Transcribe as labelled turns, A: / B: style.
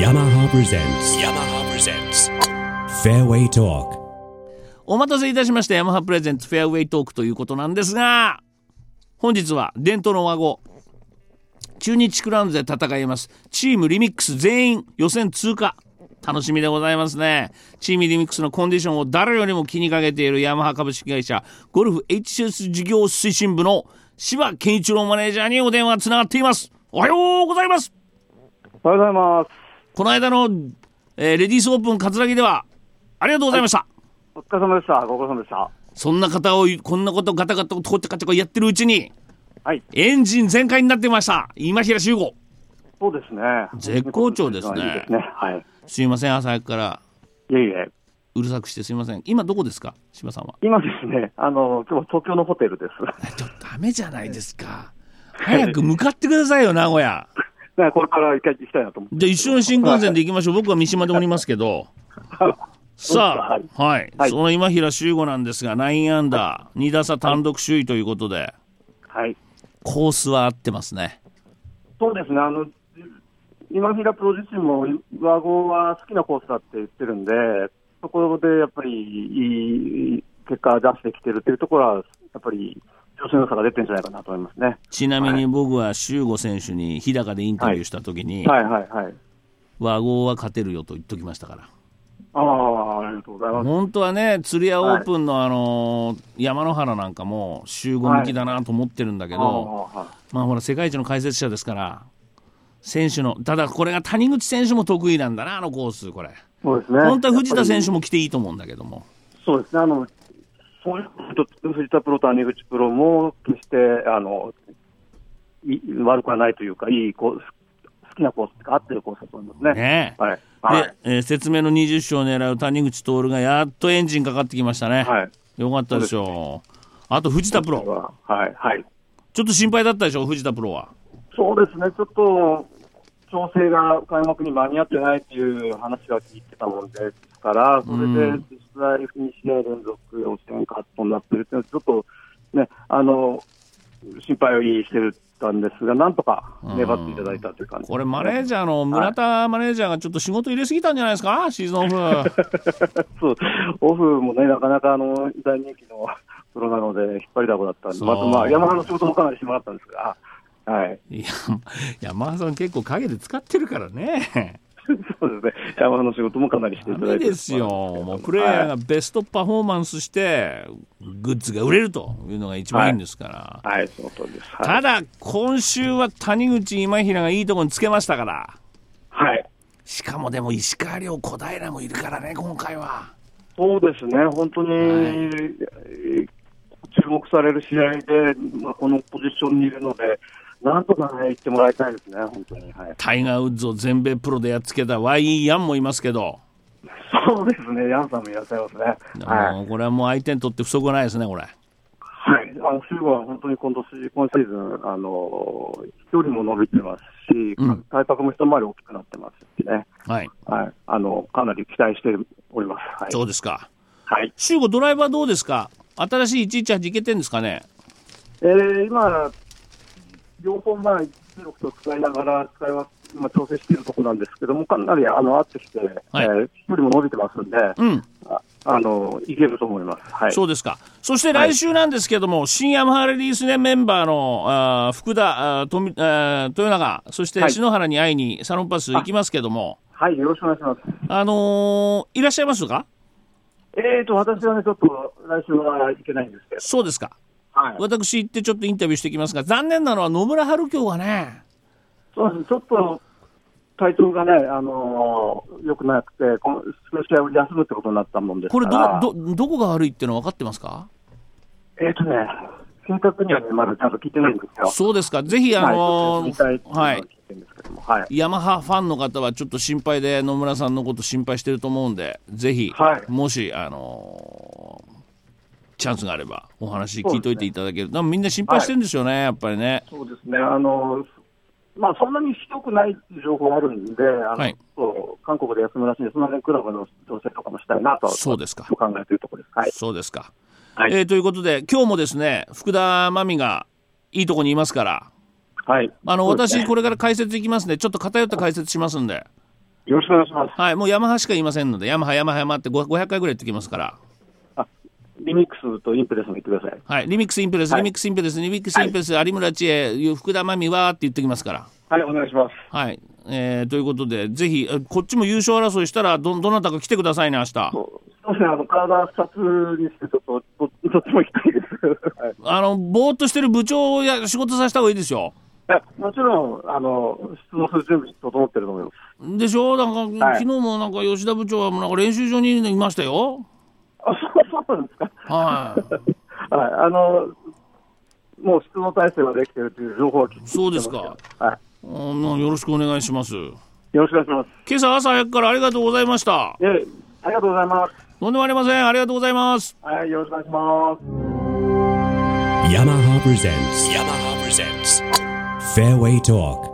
A: yamaha presents yamaha presents fairway talk
B: お待たせいたしましたヤマハプレゼンツフェアウェイトークということなんですが本日は伝統の和合中日クラウンズで戦いますチームリミックス全員予選通過楽しみでございますねチームリミックスのコンディションを誰よりも気にかけているヤマハ株式会社ゴルフ HCS 事業推進部の柴健一郎マネージャーにお電話つながっていますおはようございます
C: おはようございます。
B: この間の、えーレディースオープン葛城ではありがとうございました、
C: お疲れ様でした。ご苦労様でした。
B: そんな方をこんなことガタガタとこってかってこやってるうちに
C: はい。
B: エンジン全開になってました今平修吾
C: そうですね。
B: 絶好調ですね
C: いいですね。はい。
B: すいません朝早くから
C: いえいえ。
B: うるさくしてすいません今どこですか柴さんは
C: 今ですね、あの、今日は東京のホテルです。
B: ちょっとダメじゃないですか早く向かってくださいよ名古屋
C: ね、これから一回行きたいなと思って。
B: じゃあ一緒に新幹線で行きましょう僕は三島でおりますけ どさあはい、
C: はい
B: その今平修吾なんですが9アンダー2打差単独首位ということで
C: はい。
B: コースは合ってますね
C: そうですね、あの、今平プロ自身も和合は好きなコースだって言ってるんで、そこでやっぱりいい結果出してきてるっていうところは、やっぱり調子の良さが出てるんじゃないかなと思いますね。
B: ちなみに僕は修吾選手に日高でインタビューした時に、
C: はいはいはい。
B: 和合は勝てるよと言っときましたから
C: ああ、ありがとうございます。
B: 本当はね、釣り屋オープンの、あのー山の原なんかも、集合向きだなと思ってるんだけ
C: あ
B: ど、
C: あはい
B: まあほら、世界一の解説者ですから、選手の、ただこれが谷口選手も得意なんだな、あのコース、これ。
C: そうですね。
B: 本当は藤田選
C: 手
B: 手も来ていいと思うんだけども、
C: そうですね、あのそういうこと藤田プロと谷口プロも、決してあのい悪くはないというか、いいコース、好きなコースが合ってるコースだと思いますね。
B: ねえ。
C: はい、はい
B: で、えー説明の20勝を狙う谷口徹がやっとエンジンかかってきましたね。
C: はい
B: よかったでしょう。あと藤田プロ、
C: はい、はい、
B: ちょっと心配だったでしょ、藤田プロは。
C: そうですね、ちょっと調整が開幕に間に合ってないという話は聞いてたもんですから、それ
B: う
C: で実際2試合連続予選カットになってるっていうのは、ちょっとね、あの心配をしてたんですが、なんとか粘っていただいたという感じですね、
B: これ、マネージャーの村田マネージャーがちょっと仕事入れすぎたんじゃないですか、シーズンオ フ。
C: そう、オフもね、なかなかあの大人気のプロなので、引っ張りだこだったんで、
B: そう
C: また、まあ、山田の仕事もかなりしてもらったんですが、はい、
B: いや、山田さん結構陰で使ってるからね。
C: そうですね、山田の仕事もかなりしてい
B: ダ
C: ただ
B: メ
C: いて、
B: ですよ。もうプレイヤーがベストパフォーマンスして、グッズが売れるというのが一番いいんですから。
C: はい、その通りです。は
B: た
C: い、
B: だ、今週は谷口今平がいいところにつけましたから。
C: はい、
B: しかもでも石川遼、小平もいるからね、今回は。
C: そうですね、本当に、えー注目される試合で、まあ、このポジションにいるので、なんとかね、行ってもらいたいですね、本当に。はい、
B: タイガー・ウッズを全米プロでやっつけた YE ヤンもいますけど、
C: そうですね、ヤンさんもいらっしゃいますね。はい
B: もうこれはもう相手にとって不足はないですね、これ。
C: はい、あの中国は本当に今年今シーズン、あの飛距離も伸びてますし、
B: うん
C: 体格も一回り大きくなってますしね、
B: はい。
C: はい、あのかなり期待しております。はい
B: そうですか。
C: はい
B: 週5ドライバーどうですか新しい118いけてんですかね
C: えー、今、両方、まあ、16と使いながら使いは今調整しているところなんですけども、かなりあの合ってきて、
B: はい
C: えー飛距離も伸びてますんで、
B: うん、
C: ああのいけると思います。はい
B: そうですか。そして来週なんですけども、新ヤマハレディースねメンバーのあー福田、あー富あー豊永、そして
C: はい
B: 篠原に会いにサロンパス行きますけども、
C: はい、よろしくお願いします。
B: あのーいらっしゃいますか
C: えーと、私はね、ちょっと来週はいけないんですけど、
B: そうですか。
C: はい、
B: 私行ってちょっとインタビューしてきますが、残念なのは野村春京がね、
C: そうですちょっと体調がね、あのー、良くなくて、この試合を休むってことになったもんです
B: こ
C: か
B: れ
C: ら、
B: ど、ど、どこが悪いっていうのは分かってますか
C: えっ、とね、正確にはね、まだちゃんと聞いてないんですよ。
B: そうですか。ぜひ、あの
C: はい、ちょっと聞
B: ー
C: いてみ
B: は
C: たい
B: い
C: っていうのを聞。いてるんですけども、はい。
B: ヤマハファンの方はちょっと心配で野村さんのこと心配してると思うんでぜひ、
C: はい
B: もし、あのーチャンスがあればお話聞いといていただける、多分みんな心配してるんですよね、やっぱりね
C: そうですね、あのー、まあ、そんなにひどくないっていう情報があるんで、あの、
B: はい
C: そう韓国で休むらしいんで、その辺クラブの調整とかもしたいなと、
B: そうですか
C: と考えているところです。はい。
B: そうですか、
C: はい
B: えーということで今日もですね福田真美がいいとこにいますから
C: はい。
B: あの、
C: そうです
B: 私
C: ね
B: これから解説いきますんでちょっと偏った解説しますんで
C: よろしくお願いします。
B: はい、もうヤマハしか言いませんので、ヤマハ、ヤマハ、ヤマハってご500回ぐらい言ってきますから。
C: あ、リミックスとインプレスも言ってください。
B: はい、リミックスインプレス、
C: はい
B: リミックスインプレス、リミックスインプレス、有村知恵、福田真美はーって言ってきますから。
C: はい、お願いします。
B: はい、えーということで、ぜひ、えこっちも優勝争いしたらど、どなたか来てくださいね、明日。
C: そうそうですね、あの、体2つにして、ちょっと、どどっちも低いです。はい
B: あの、ぼーっとしてる部長をや仕事させた方がいいですよ。
C: いやもちろん、あの、質問する準備整ってると思います。
B: でしょなんか、
C: はい
B: 昨日もなんか吉田部長はもうなんか練習場にいましたよ。
C: あ、そうそうなんですか。
B: はい。
C: はい、あの、もう質問体制ができてるという情報は聞いてます
B: そうですか。
C: は
B: あのよろしくお願いします。
C: い、よろしくお願いします。
B: 今朝朝早くからありがとうございました。
C: ええ、ありがとうございます。
B: とんでもありません。ありがとうございます。
C: はい、よろしくお願いします。
A: yamaha presents yamaha presents fairway talk